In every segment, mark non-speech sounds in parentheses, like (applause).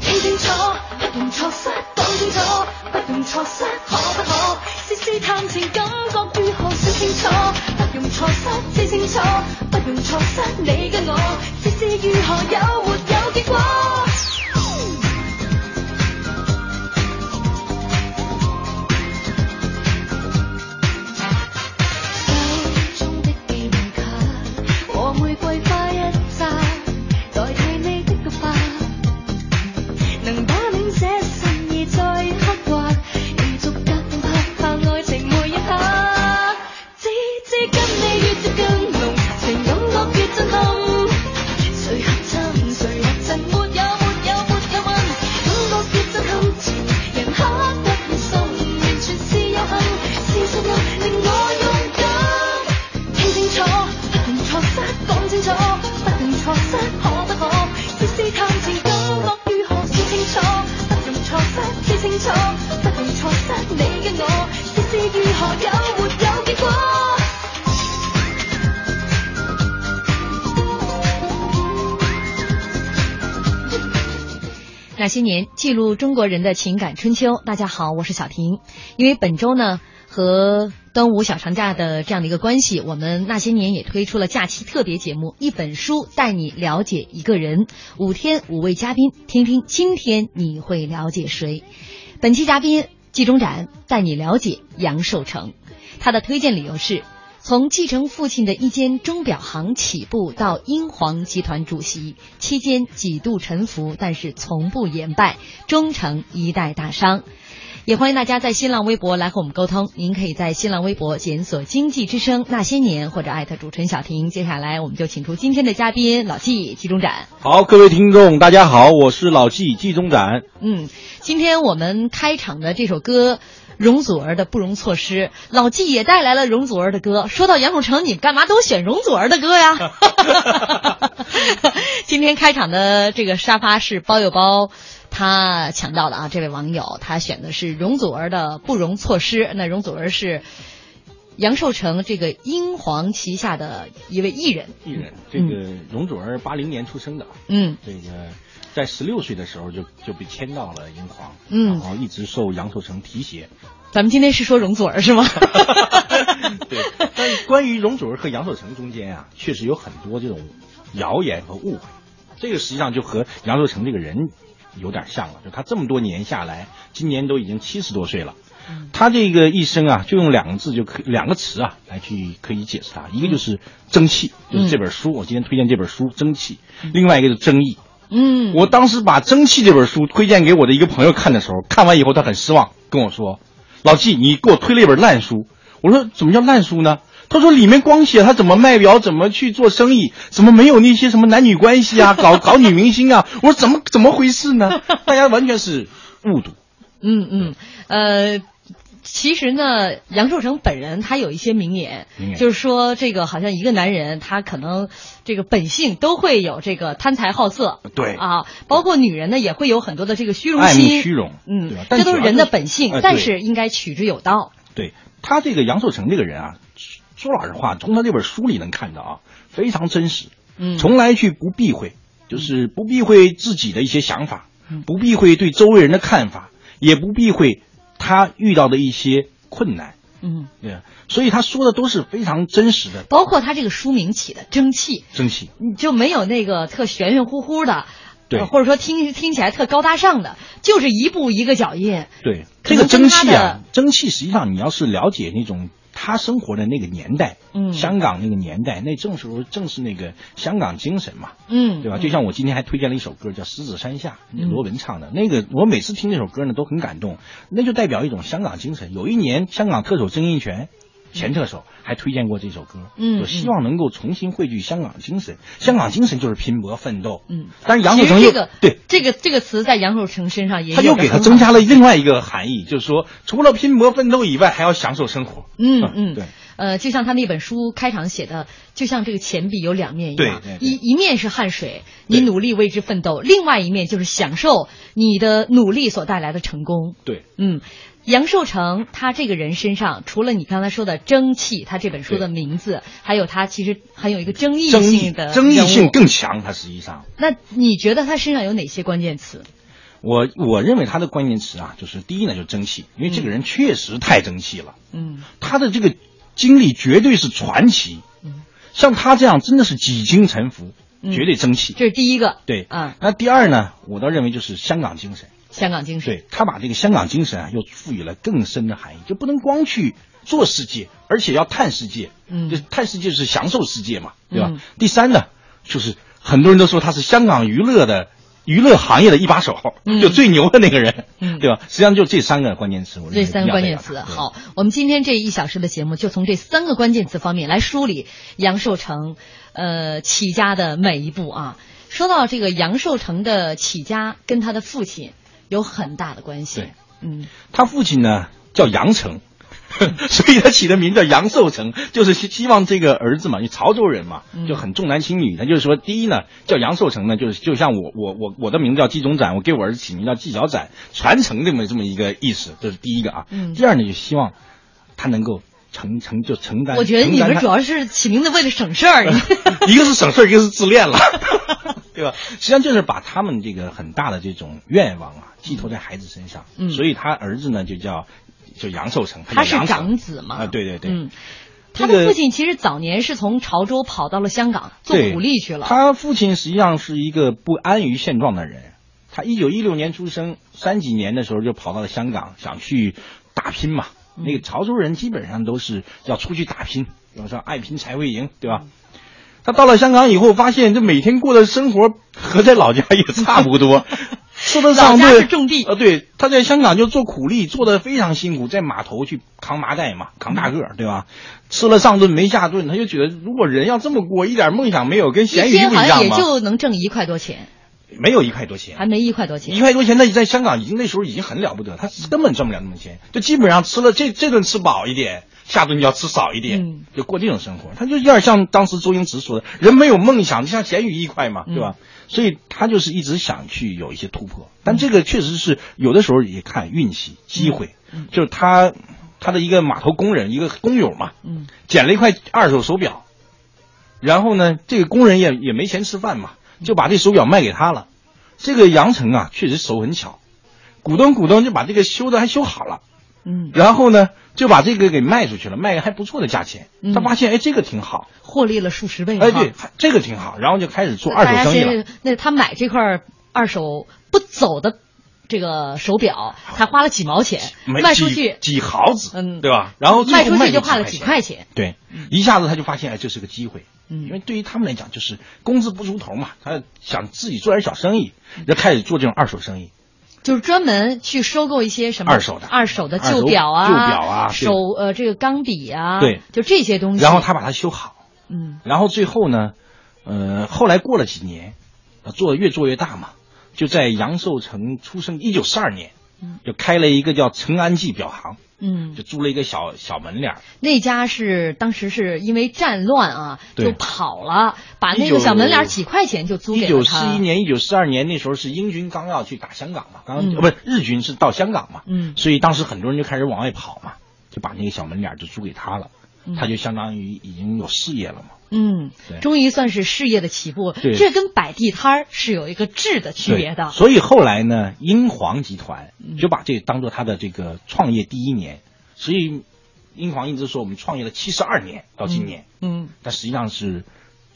聽清楚，不用錯失，講清楚，不用錯失，可不可？試試探前感覺如何？說清楚，不用錯失，知清楚，不用錯失你跟我，試試如何有沒有結果？手中的紀念卡和玫瑰花一扎，代替你的個花。能打臉這心意再刻畫，如逐格定拍下愛情每一下。只知跟你越接近濃，情感覺越震撼。誰合襯，誰合襯，沒有沒有沒有問，感覺越震撼，前人刻骨銘心，完全是有幸，是信任令我勇敢。聽清楚，不能錯失，講清楚，不能錯失，可不可？試試探前感覺如何？說清楚，不容錯失，知清楚，不容錯失你跟我，試試如何有沒有結果？那些年，记录中国人的情感春秋。大家好，我是小婷。因为本周呢和端午小长假的这样的一个关系，我们那些年也推出了假期特别节目《一本书带你了解一个人》，五天五位嘉宾，听听今天你会了解谁。本期嘉宾季中展带你了解杨受成，他的推荐理由是。从继承父亲的一间钟表行起步，到英皇集团主席，期间几度沉浮，但是从不言败，终成一代大商。也欢迎大家在新浪微博来和我们沟通，您可以在新浪微博检索“经济之声那些年”或者艾特主持人小婷。接下来我们就请出今天的嘉宾老纪季中展。好，各位听众，大家好，我是老纪纪中展。嗯，今天我们开场的这首歌，容祖儿的《不容错失》，老纪也带来了容祖儿的歌。说到杨受成，你们干嘛都选容祖儿的歌呀？ (laughs) 今天开场的这个沙发是包有包。他抢到了啊！这位网友他选的是容祖儿的《不容错失》，那容祖儿是杨受成这个英皇旗下的一位艺人。艺人，这个容祖儿八零年出生的，嗯这个在十六岁的时候就就被签到了英皇，然嗯后一直受杨受成提携。咱们今天是说容祖儿是吗？ (laughs) (laughs) 对，但是关于容祖儿和杨受成中间啊，确实有很多这种谣言和误会，这个实际上就和杨受成这个人有点像了，就他这么多年下来，今年都已经七十多岁了。他这个一生啊，就用两个字就可两个词啊来去可以解释他，一个就是争气，就是这本书，我今天推荐这本书《争气》，另外一个就是争议。嗯，我当时把《争气》这本书推荐给我的一个朋友看的时候，看完以后他很失望，跟我说：“老纪，你给我推了一本烂书。”我说：“怎么叫烂书呢？”他说：“里面光写他怎么卖表，怎么去做生意，怎么没有那些什么男女关系啊，搞搞女明星啊。”我说：“怎么怎么回事呢？”大家完全是误读。嗯嗯，呃，其实呢，杨受成本人他有一些名言，名言就是说这个好像一个男人他可能这个本性都会有这个贪财好色，对啊，包括女人呢也会有很多的这个虚荣爱慕心，虚荣嗯对吧，但这都主是要人的是本性，哎对但是应该取之有道。对他这个杨受成这个人啊，说老实话，从他这本书里能看到啊，非常真实，嗯从来去不避讳，就是不避讳自己的一些想法，嗯不避讳对周围人的看法，也不避讳他遇到的一些困难，嗯，对，所以他说的都是非常真实的，包括他这个书名起的争气，珍惜。你就没有那个特玄玄乎乎的。对呃或者说听听起来特高大上的，就是一步一个脚印。对，这可能个跟蒸他汽啊的，蒸汽实际上你要是了解那种他生活的那个年代，嗯香港那个年代，那正时候正是那个香港精神嘛，嗯，对吧？嗯就像我今天还推荐了一首歌叫《狮子山下》，嗯罗文唱的那个，我每次听这首歌呢都很感动，那就代表一种香港精神。有一年香港特首曾荫权前特首还推荐过这首歌，嗯就希望能够重新汇聚香港精神。香港精神就是拼搏奋斗，嗯。但是杨其守实成又这个对，这个这个词在杨守成身上也他有又着给他很增好加了另外一个含义，就是说除了拼搏奋斗以外，还要享受生活。啊嗯嗯，对，呃，就像他那本书开场写的，就像这个钱币有两面一样，对对对一一面是汗水，你对努力为之奋斗；，另外一面就是享受你的努力所带来的成功。对，嗯，杨受成他这个人身上，除了你刚才说的争气，他这本书的名字，还有他其实很有一个争议争议性的争议人物性。更强，它实际上。那你觉得他身上有哪些关键词？我我认为他的关键词啊，就是第一呢，就是争气，因为这个人确实太争气了，嗯他的这个经历绝对是传奇。嗯，像他这样真的是几经沉浮，嗯绝对争气。这是第一个。对啊，那第二呢，我倒认为就是香港精神，香港精神。对他把这个香港精神啊，又赋予了更深的含义，就不能光去做世界，而且要探世界。嗯就是探世界是享受世界嘛，对吧？嗯第三呢，就是很多人都说他是香港娱乐的娱乐行业的一把手，嗯就最牛的那个人，嗯对吧？实际上就这三个关键词，我认为这三一定要个关键带词。到它，好，我们今天这一小时的节目就从这三个关键词方面来梳理杨受成，呃，起家的每一步啊。说到这个杨受成的起家，跟他的父亲有很大的关系对。嗯，对他父亲呢叫杨成。 (laughs) 所以他起的名叫杨寿成，就是希希望这个儿子嘛，因为潮州人嘛嗯，就很重男轻女。他就是说，第一呢，叫杨寿成呢，就是就像我我我我的名字叫季中展，我给我儿子起名叫季小展，传承这么这么一个意思，这是第一个啊。嗯第二呢，就希望他能够承承就承担。我觉得你承担们他主要是起名字为了省 (laughs) 事儿。一个是省事儿，一个是自 (laughs) 恋了，对吧？实际上就是把他们这个很大的这种愿望啊，寄托在孩子身上。嗯所以他儿子呢就叫就杨寿成，他他是叫杨成长子嘛？啊，对对对。嗯，他这的个父亲其实早年是从潮州跑到了香港做对苦力去了。他父亲实际上是一个不安于现状的人。他一九一六年出生，三几年的时候就跑到了香港，想去打拼嘛。嗯那个潮州人基本上都是要出去打拼，要说爱拼才会赢，对吧？他到了香港以后，发现这每天过的生活和在老家也差不 (laughs) 多，说得上老家对是种地呃，对，他在香港就做苦力，做的非常辛苦，在码头去扛麻袋嘛，扛大个儿，对吧？吃了上顿没下顿，他就觉得如果人要这么过，一点梦想没有，跟一咸鱼天不好一像样也吗？就能挣一块多钱，没有一块多钱还，没一块多钱一。块多钱，那在香港已经那时候已经很了不得，他根本挣不了那么多钱，就基本上吃了这这顿吃饱一点，下顿就要吃少一点，嗯就过这种生活。他就有点像当时周星驰说的，人没有梦想就像咸鱼一块嘛，嗯对吧？所以他就是一直想去有一些突破，但这个确实是有的时候也看运气、机会，嗯就是他他的一个码头工人，一个工友嘛，嗯捡了一块二手手表，然后呢，这个工人也也没钱吃饭嘛，就把这手表卖给他了。这个杨成啊，确实手很巧，鼓咚鼓咚就把这个修的还修好了，嗯，然后呢就把这个给卖出去了，卖个还不错的价钱嗯。他发现哎这个挺好，获利了数十倍。哎哈对这个挺好，然后就开始做大二家手生意先了。是那他买这块二手不走的这个手表，才花了几毛钱，没卖出哎几去，几毫子，嗯对吧？然后最后卖出去给就花了几几块嗯钱。对，一下子他就发现哎，这是个机会，嗯因为对于他们来讲，就是工资不出头嘛，他想自己做点小生意，就开始做这种二手生意。就是专门去收购一些什么二手的二手的二手旧表啊、旧表啊对手呃这个钢笔啊，对就这些东西。然后他把它修好，嗯然后最后呢，呃，后来过了几年，呃做得越做越大嘛，就在杨寿成出生一九四二年嗯，就开了一个叫成安记表行，嗯就，租了一个小小门脸儿。那家是当时是因为战乱啊，对就跑了，把那19个小门脸几块钱就租一给九了四他。一年、一九四二年那时候是英军刚要去打香港嘛，刚、嗯呃不是日军是到香港嘛，嗯所以当时很多人就开始往外跑嘛，就把那个小门脸儿就租给他了，嗯他就相当于已经有事业了嘛。嗯，对终于算是事业的起步，对这跟摆地摊儿是有一个质的区对，别的。所以后来呢，英皇集团嗯就把这当做他的这个创业第一年，所以英皇一直说我们创业了七十二年到今年，嗯，但实际上是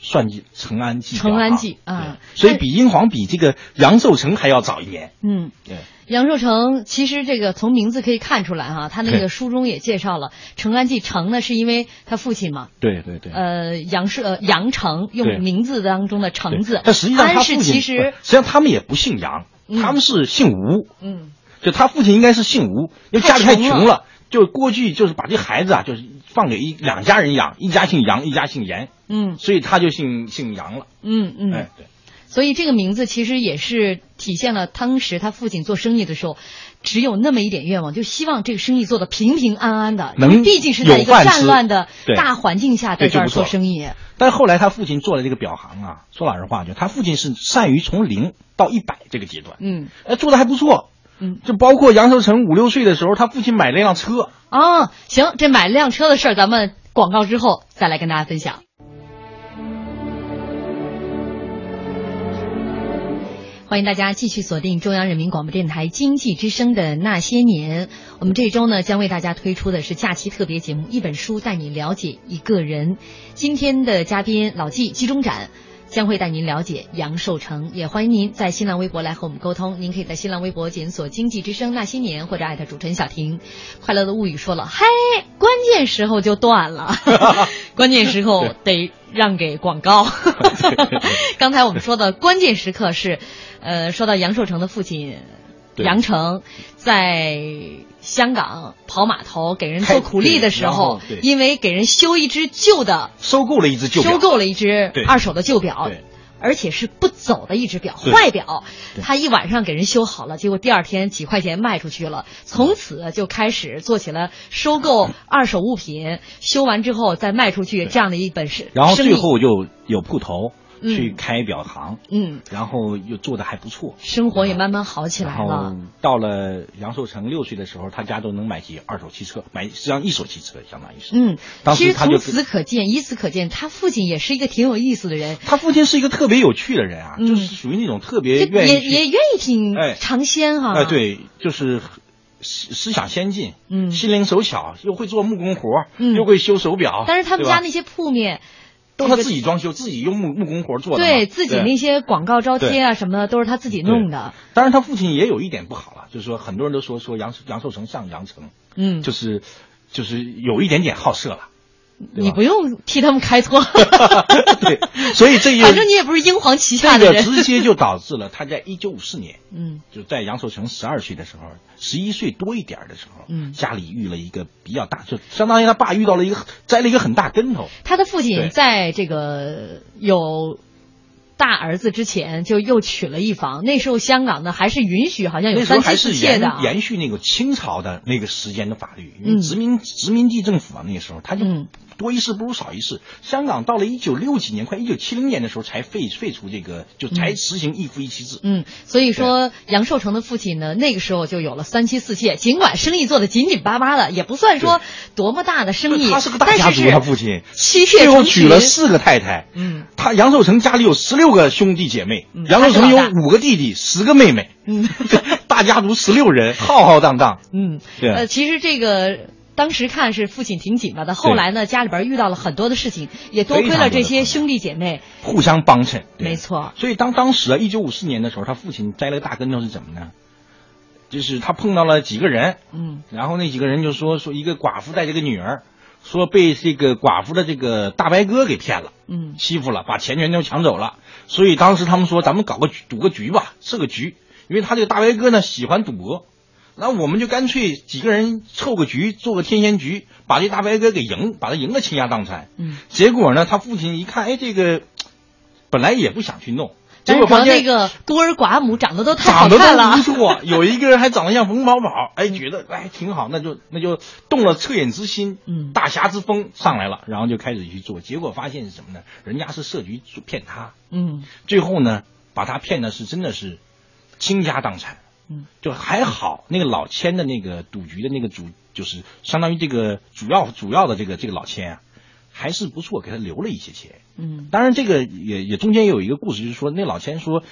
算计成安记成安记表行啊对所以比英皇比这个杨寿成还要早一年。嗯，对，杨受成其实这个从名字可以看出来哈、他那个对书中也介绍了成安记成呢，是因为他父亲嘛，对对对。呃，杨是呃杨成对用名字当中的成字对，但实际上他安父是亲其不实是实际上他们也不姓杨，嗯他们是姓吴，嗯就他父亲应该是姓吴，因为太家里太穷穷了了，就过去就是把这孩子啊，就是放给一两家人养，一家姓杨，一家姓严，嗯所以他就姓姓杨了。嗯嗯。哎，对，所以这个名字其实也是体现了当时他父亲做生意的时候，只有那么一点愿望，就希望这个生意做得平平安安的，能因为毕竟是在一有个饭吃战乱的对大环境下对在这儿就不错做生意。但是后来他父亲做了这个表行啊，说老实话，就他父亲是善于从零到一百这个阶段，嗯哎，做的还不错。嗯就包括杨受成五六岁的时候，他父亲买了一辆车，啊，行，这买辆车的事儿，咱们广告之后再来跟大家分享。欢迎大家继续锁定中央人民广播电台经济之声的那些年。我们这周呢，将为大家推出的是假期特别节目《一本书带你了解一个人》。今天的嘉宾老纪季中展将会带您了解杨受成，也欢迎您在新浪微博来和我们沟通。您可以在新浪微博检索“经济之声那些年”或者艾特主持人小婷。快乐的物语说了，嘿，关键时候就断了，关键时候得让给广告。刚才我们说的关键时刻是，呃，说到杨受成的父亲对杨成在香港跑码头给人做开苦力的时对然后候对，因为给人修一只旧的，收购了一只旧表，收购了一只对二手的旧表对。而且是不走的一只表，对坏表，对他一晚上给人修好了，结果第二天几块钱卖出去了，嗯从此就开始做起了收购二手物品，修完之后再卖出去这样的一本事。然后生意最，后就有铺头嗯去开表行，嗯，然后又做的还不错。生活也慢慢好起来然后了。到了杨受成六岁的时候，他家都能买起二手汽车，买实际上一手汽车，相当于是。嗯，当其时实他就从此可见，以此可见，他父亲也是一个挺有意思的人，他父亲是一个特别有趣的人啊，嗯就是属于那种特别这愿也意也啊去，愿意挺哎尝鲜哈、哎、对，就是思思想先进，嗯心灵手巧，又会做木工活，嗯又会修手表。但是他们对吧家那些铺面，都是他自己装修，自己用木木工活做的嘛。对自己那些广告招贴啊什么的，都是他自己弄的。当然，他父亲也有一点不好了，就是说很多人都说说杨杨受成像杨成，嗯，就是就是有一点点好色了。对吧你不用替他们开脱， (laughs) 对，所以这一 (laughs) 反正你也不是英皇旗下这个的人。直接就导致了他在一九五四年，嗯就在杨受成十二岁的时候，十一岁多一点儿的时候，嗯家里遇了一个比较大，就相当于他爸遇到了一个栽了一个很大跟头。他的父亲对在这个有大儿子之前就又娶了一房，那时候香港呢还是允许好像有那时候三还妻四是妾延的啊。延续那个清朝的那个时间的法律，因嗯为殖民、殖民地政府啊，那时候他就嗯多一事不如少一事。香港到了一九六几年，快一九七零年的时候才废废除这个，就才实行一夫一妻制。嗯，所以说杨受成的父亲呢，那个时候就有了三妻四妾，尽管生意做得紧紧巴巴的，也不算说多么大的生意，嗯他是个大家但族啊是，是他父亲妻妾最后成娶群了四个太太。嗯他杨受成家里有十六个兄弟姐妹，嗯杨受成有他是老五个弟弟，十个妹妹，嗯 (laughs) 大家族十六人，浩浩荡荡。嗯，对呃，其实这个。当时看是父亲挺紧巴的，后来呢，家里边遇到了很多的事情，也多亏了这些兄弟姐妹。互相帮衬，对没错所以当当时啊，一九五四年的时候，他父亲栽了个大跟头是怎么呢？就是他碰到了几个人，嗯然后那几个人就说说一个寡妇带着个女儿，说被这个寡妇的这个大白哥给骗了，嗯欺负了，把钱全都抢走了。所以当时他们说，咱们搞个局赌个局吧，设个局，因为他这个大白哥呢喜欢赌博。那我们就干脆几个人凑个局，做个天仙局，把这大白哥给赢，把他赢得倾家荡产。嗯，结果呢，他父亲一看，哎，这个本来也不想去弄，结但是果主要发那现个孤儿寡母长得都太好长得看都了嗯不， (laughs) 错，有一个人还长得像冯宝宝，哎，觉得哎挺好，那就那就动了恻隐之心，嗯大侠之风上来了，然后就开始去做，结果发现是什么呢？人家是设局骗他，嗯最后呢，把他骗的是真的是倾家荡产。嗯，就还好，那个老千的那个赌局的那个主，就是相当于这个主要主要的这个这个老千啊，还是不错，给他留了一些钱。嗯当然，这个也也中间有一个故事，就是说那老千说，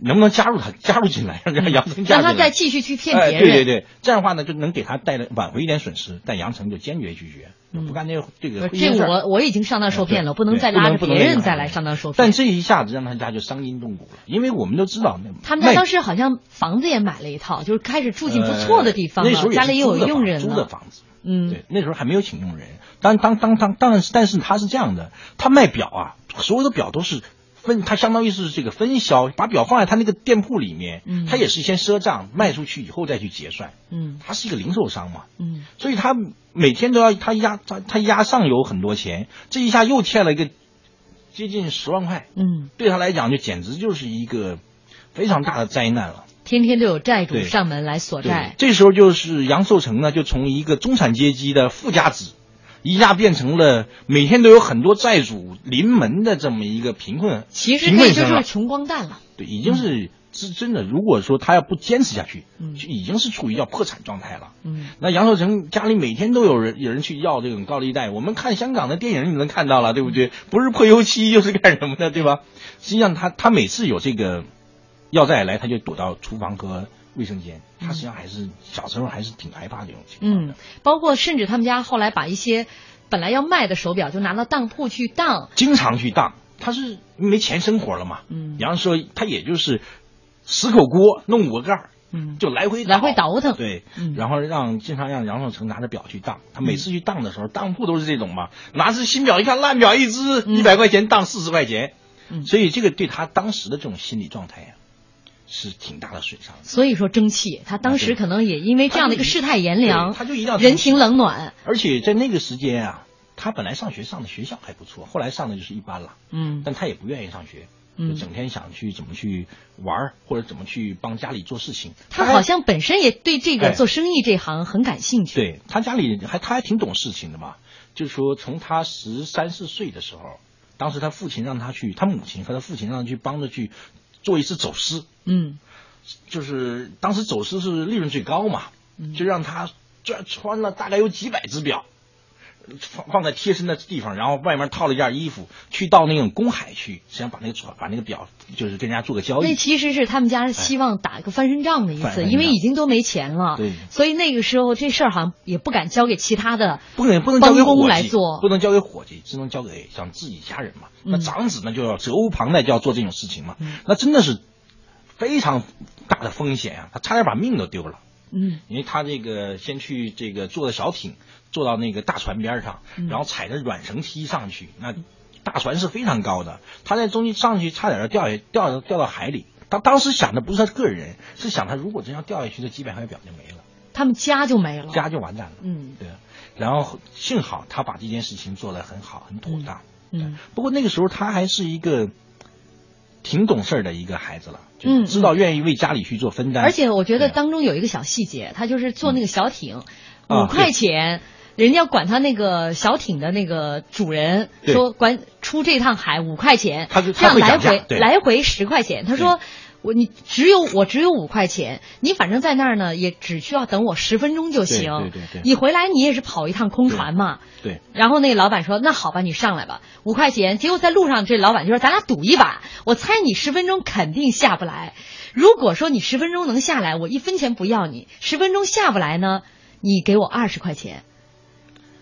能不能加入他加入进来，让让杨成加嗯入进让来，他再继续去骗别人。哎。对对对，这样的话呢，就能给他带来挽回一点损失。但杨成就坚决拒绝，嗯不干这这个不婚是这姻事儿我我已经上当受骗了，哎对我不能再对拉着不能别不人能再来上当受骗但。这一下子让他家就伤筋动骨了，因为我们都知道那他们家那当时好像房子也买了一套，就是开始住进不错的地方呃那时了，候家里也有佣人租的了。房子，嗯对，那时候还没有请佣人。当当当当，当然是，但是他是这样的，他卖表啊，所有的表都是分，他相当于是这个分销，把表放在他那个店铺里面，嗯他也是先赊账卖出去以后再去结算，嗯他是一个零售商嘛，嗯所以他每天都要他压他他压上游很多钱，这一下又欠了一个接近十万块，嗯，对他来讲就简直就是一个非常大的灾难了。天天都有债主对上门来索对债，，这时候就是杨受成呢，就从一个中产阶级的富家子，一下变成了每天都有很多债主临门的这么一个贫困，其实贫可以困说生啊就了是。穷光蛋了。对，已经是是真的。如果说他要不坚持下去，嗯就已经是处于要破产状态了。嗯那杨受成家里每天都有人有人去要这种高利贷，我们看香港的电影你能看到了，对不对？不是破油漆又是干什么的，对吧？实际上他他每次有这个要债来，他就躲到厨房和卫生间。他实际上还是小时候还是挺害怕这种情况的。嗯，包括甚至他们家后来把一些本来要卖的手表就拿到当铺去当。经常去当，他是没钱生活了嘛。嗯然后说他也就是十口锅弄五个盖儿，嗯就来回来回倒腾对，嗯然后让经常让杨受成拿着表去当，他每次去当的时候，当铺都是这种嘛，拿着新表一看烂表一只，嗯一百块钱当四十块钱，嗯所以这个对他当时的这种心理状态呀、是挺大的损伤的。所以说争气，他当啊时可能也因为这样的一个世态炎凉，他就一定要人情冷暖。而且在那个时间啊，他本来上学上的学校还不错，后来上的就是一般了。嗯但他也不愿意上学，嗯就整天想去怎么去玩儿，或者怎么去帮家里做事情。他还好像本身也对这个哎做生意这行很感兴趣。对他家里还他还挺懂事情的嘛，就是说从他十三四岁的时候，当时他父亲让他去，他母亲和他父亲让他去帮着去做一次走私，嗯就是当时走私是利润最高嘛，嗯就让他穿穿了大概有几百只表，放放在贴身的地方，然后外面套了一件衣服，去到那种公海去，实际上把那个船把那个表就是跟人家做个交那易。其实是他们家希望打一个翻身仗的一哎翻次，身仗因为已经都没钱了，对所以那个时候这事儿好像也不敢交给其他的，不能不能交给帮伙工计来做不能交给伙计，只能交给像自己家人嘛。那嗯长子呢就要责无旁贷，就要做这种事情嘛。嗯那真的是非常大的风险啊！他差点把命都丢了。嗯因为他这个先去这个坐的小艇，坐到那个大船边上嗯，然后踩着软绳梯上去，那大船是非常高的，他在中间上去差点儿掉下掉到掉到海里。他当时想的不是他个人，是想他如果真要掉下去，这几百块表就没了，他们家就没了。家就完蛋了。嗯对，然后幸好他把这件事情做得很好，很妥当。嗯不过那个时候他还是一个挺懂事儿的一个孩子了，就嗯知道愿意为家里去做分担。而且我觉得对当中有一个小细节，他就是坐那个小艇，嗯五啊块钱，人家管他那个小艇的那个主人对说，管出这趟海五块钱，他就这样他会来涨价回对来回十块钱。他说。我你只有我只有五块钱，你反正在那儿呢，也只需要等我十分钟就行。对对对对你回来你也是跑一趟空船嘛。对，然后那老板说：“那好吧，你上来吧，五块钱。”结果在路上，这老板就说：“咱俩赌一把，我猜你十分钟肯定下不来。如果说你十分钟能下来，我一分钱不要你；十分钟下不来呢，你给我二十块钱。”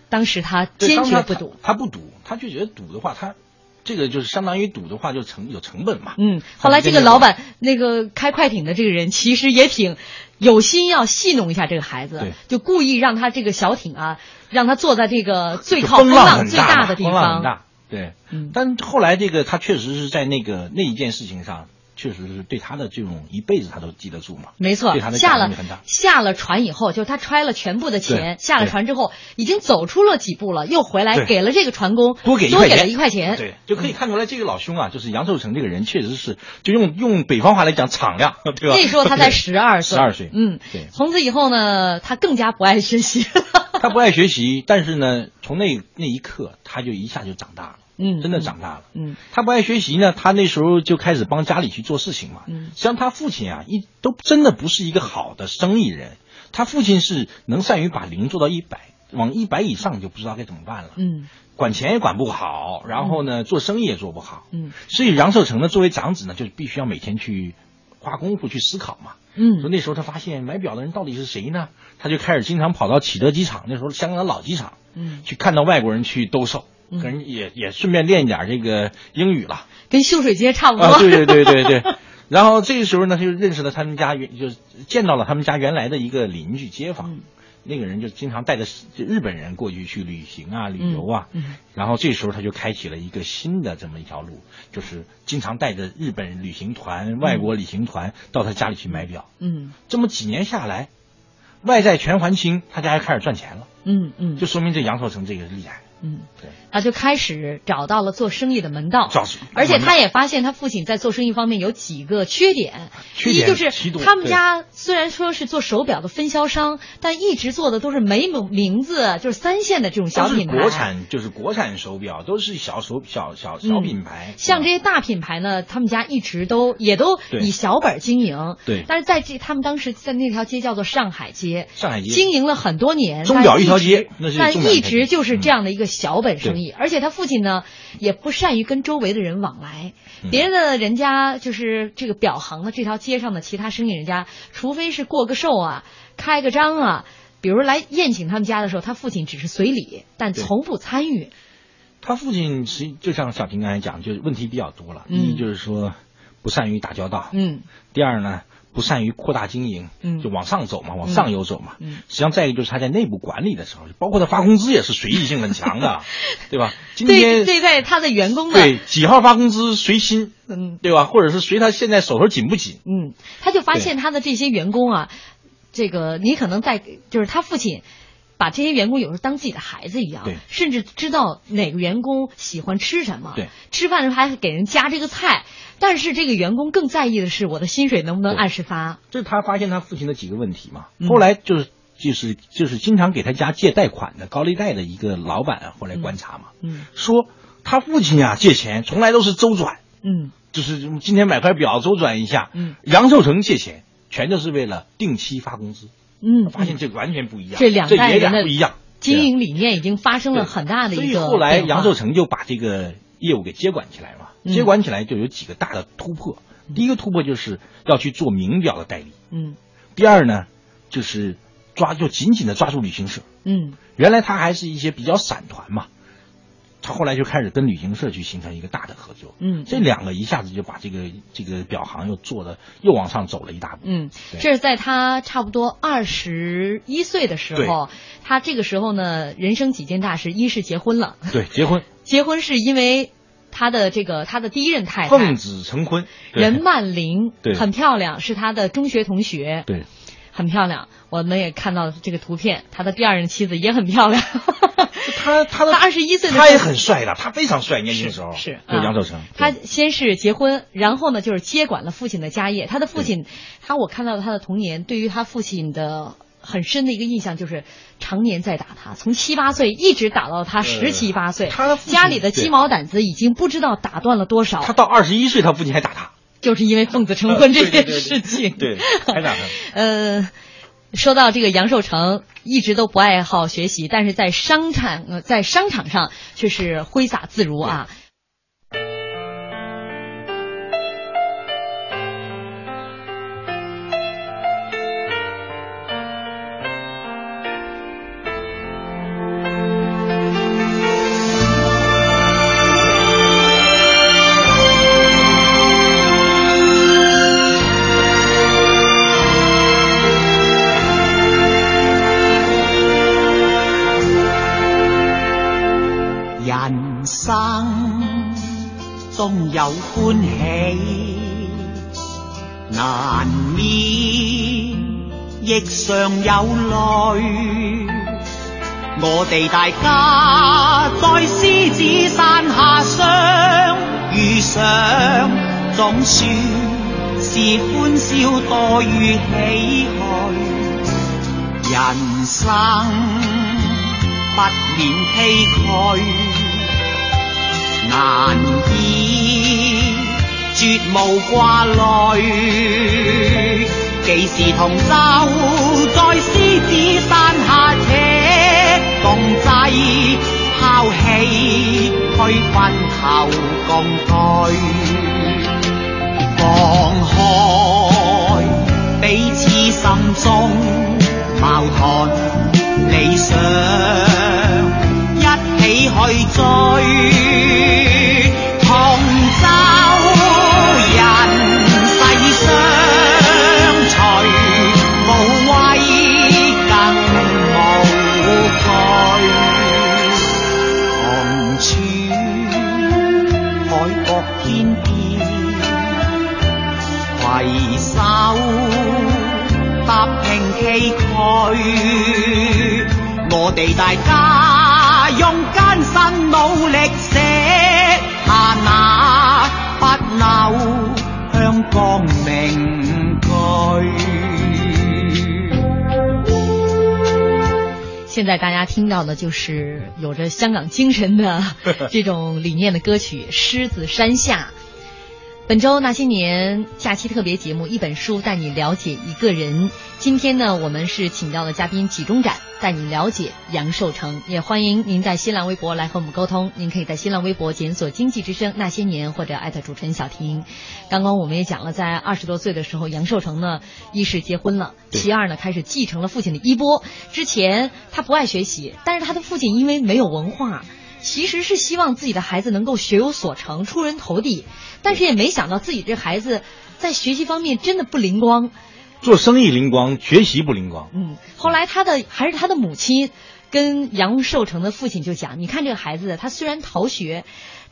当时他对坚当决他不赌。他不赌，他就觉得赌的话，他这个就是相当于赌的话就成有成本嘛。嗯，他后来就这坚个决不老赌板，那个开快艇的这个人，其实也挺有心要戏弄一下这个孩子对，就故意让他这个小艇啊，让他坐在这个最就靠风浪浪很最大嘛的地风浪很方。大。对，嗯但后来这个他确实是在那个那一件事情上，确实是对他的这种一辈子他都记得住嘛。没错对他，的下感了动很大。下了船以后，就是他揣了全部的钱，对下了船之后已经走出了几步了，又回来对给了这个船工多给一多块给钱，了一块钱。对，就可以看出来这个老兄啊，就是杨受成这个人，确实是就用用北方话来讲敞亮， (laughs) 对吧？那时候他才对十二岁， 12岁嗯 (laughs) 对，从此以后呢，他更加不爱学习 (laughs) 了，他不爱学习，但是呢，从那那一刻他就一下就长大了，嗯，真的长大了。嗯，他不爱学习呢，他那时候就开始帮家里去做事情嘛。嗯像他父亲啊，一都真的不是一个好的生意人，他父亲是能善于把零做到一百，往一百以上就不知道该怎么办了。嗯管钱也管不好，然后呢，做生意也做不好。嗯所以杨受成呢，作为长子呢，就必须要每天去花功夫去思考嘛。嗯说那时候他发现买表的人到底是谁呢？他就开始经常跑到启德机场，那时候香港的老机场，嗯，去看到外国人去兜售，嗯跟人也也顺便练一点这个英语了。跟秀水街差不多，啊，对对对对对。然后这个时候呢，他就认识了他们家原，就是见到了他们家原来的一个邻居街坊，嗯那个人就经常带着就日本人过去去旅行啊、旅游啊， (laughs) 嗯嗯然后这时候他就开启了一个新的这么一条路，就是经常带着日本旅行团、外国旅行团到他家里去买表。嗯这么几年下来，外债全还清，他家还开始赚钱了，嗯嗯，就说明这杨寿成这个厉害。嗯，对，他就开始找到了做生意的门道。找出而且门道他也发现他父亲在做生意方面有几个缺点，缺一点就是极多他们对家虽然说是做手表的分销商，但一直做的都是没名名字，就是三线的这种小都是品牌。啊国产就是国产手表，都是小手小小小嗯品牌，像这是吧些大品牌呢，他们家一直都也都对以小本儿经营。对但是在这他们当时在那条街叫做上海街，嗯上海街经营了很多年，钟表一条街但那是钟但表一一条街直就是这样的一个小本生意。而且他父亲呢，也不善于跟周围的人往来，嗯别的人家就是这个表行的这条街上的其他生意人家，除非是过个寿啊，开个张啊。比如来宴请他们家的时候，他父亲只是随礼，但对从不参与。他父亲实际就像小婷刚才讲，就是问题比较多了，嗯一就是说不善于打交道，嗯第二呢不善于扩大经营，嗯就往上走嘛，往上游走嘛。嗯实际上再一个就是他在内部管理的时候，包括他发工资也是随意性很强 (laughs) 的，对吧？今对天对，待他的员工呢，对几号发工资随心，嗯，对吧？或者是随他现在手头紧不紧，嗯，他就发现他的这些员工啊，这个你可能在就是他父亲。把这些员工有时候当自己的孩子一样对，甚至知道哪个员工喜欢吃什么，对，吃饭的时候还给人夹这个菜。但是这个员工更在意的是我的薪水能不能对按时发。这是他发现他父亲的几个问题嘛。嗯后来就是就是就是经常给他家借贷款的高利贷的一个老板啊，后来观察嘛，嗯说他父亲啊借钱从来都是周转，嗯就是今天买块表周转一下。嗯杨寿成借钱全都是为了定期发工资，嗯，发现这完全不一样，这两代也人俩的不一样，经营理念已经发生对了很大的一所个以后来变化杨寿成就把这个业务给接管起来嘛，嗯接管起来就有几个大的突破。第一个突破就是要去做名表的代理。嗯第二呢，就是抓就紧紧的抓住旅行社。嗯原来他还是一些比较散团嘛，他后来就开始跟旅行社去形成一个大的合作。嗯这两个一下子就把这个这个表行又做的又往上走了一大步。嗯，对这是在他差不多二十一岁的时候，他这个时候呢，人生几件大事，一是结婚了，对，结婚结婚是因为他的这个他的第一任太奉太子成婚，对任曼玲，对很漂亮，是他的中学同学，对，很漂亮。我们也看到这个图片，他的第二任妻子也很 (laughs) 漂亮。他他的二十一岁的时候他也很帅的，他非常帅，年轻的时候是对啊杨守成，他对先是结婚，然后呢就是接管了父亲的家业。他的父亲，他我看到他的童年，对于他父亲的很深的一个印象就是常年在打他，从七八岁一直打到他十七八岁。他的父亲家里的鸡对毛掸子已经不知道打断了多少，他到二十一岁，他父亲还打 (laughs) 他，就是因为奉子成婚这 (laughs) 对对件对对事情。对，还打他，呃，说到这个杨受成，一直都不爱好学习，但是在商场呃在商场上却是挥洒自如啊。人生纵有欢喜，难免亦常有泪。我哋大家在獅子山下相遇上，總算是歡笑多於唏噓。人生不免崎岖，難以絕無掛慮。幾時同舟在獅子山下且共濟，拋棄區分後共對。放開彼此心中矛盾理想，一起去追，同舟人世相隨，無畏更無地大家用艱辛努力寫下那不朽香港名句。现在大家听到的就是有着香港精神的 (laughs) 这种理念的歌曲《狮子山下》。本周那些年假期特别节目，一本书带你了解一个人。今天呢，我们是请到了嘉宾纪中展，带你了解杨受成。也欢迎您在新浪微博来和我们沟通，您可以在新浪微博检索“经济之声那些年”或者艾特主持人小婷。刚刚我们也讲了，在二十多岁的时候，杨受成呢，一是结婚了，对其二呢，开始继承了父亲的衣钵。之前他不爱学习，但是他的父亲因为没有文化，其实是希望自己的孩子能够学有所成、出人头地，但是也没想到自己这孩子在学习方面真的不灵光。做生意灵光，学习不灵光。嗯，后来他的还是他的母亲跟杨受成的父亲就讲，你看这个孩子，他虽然逃学，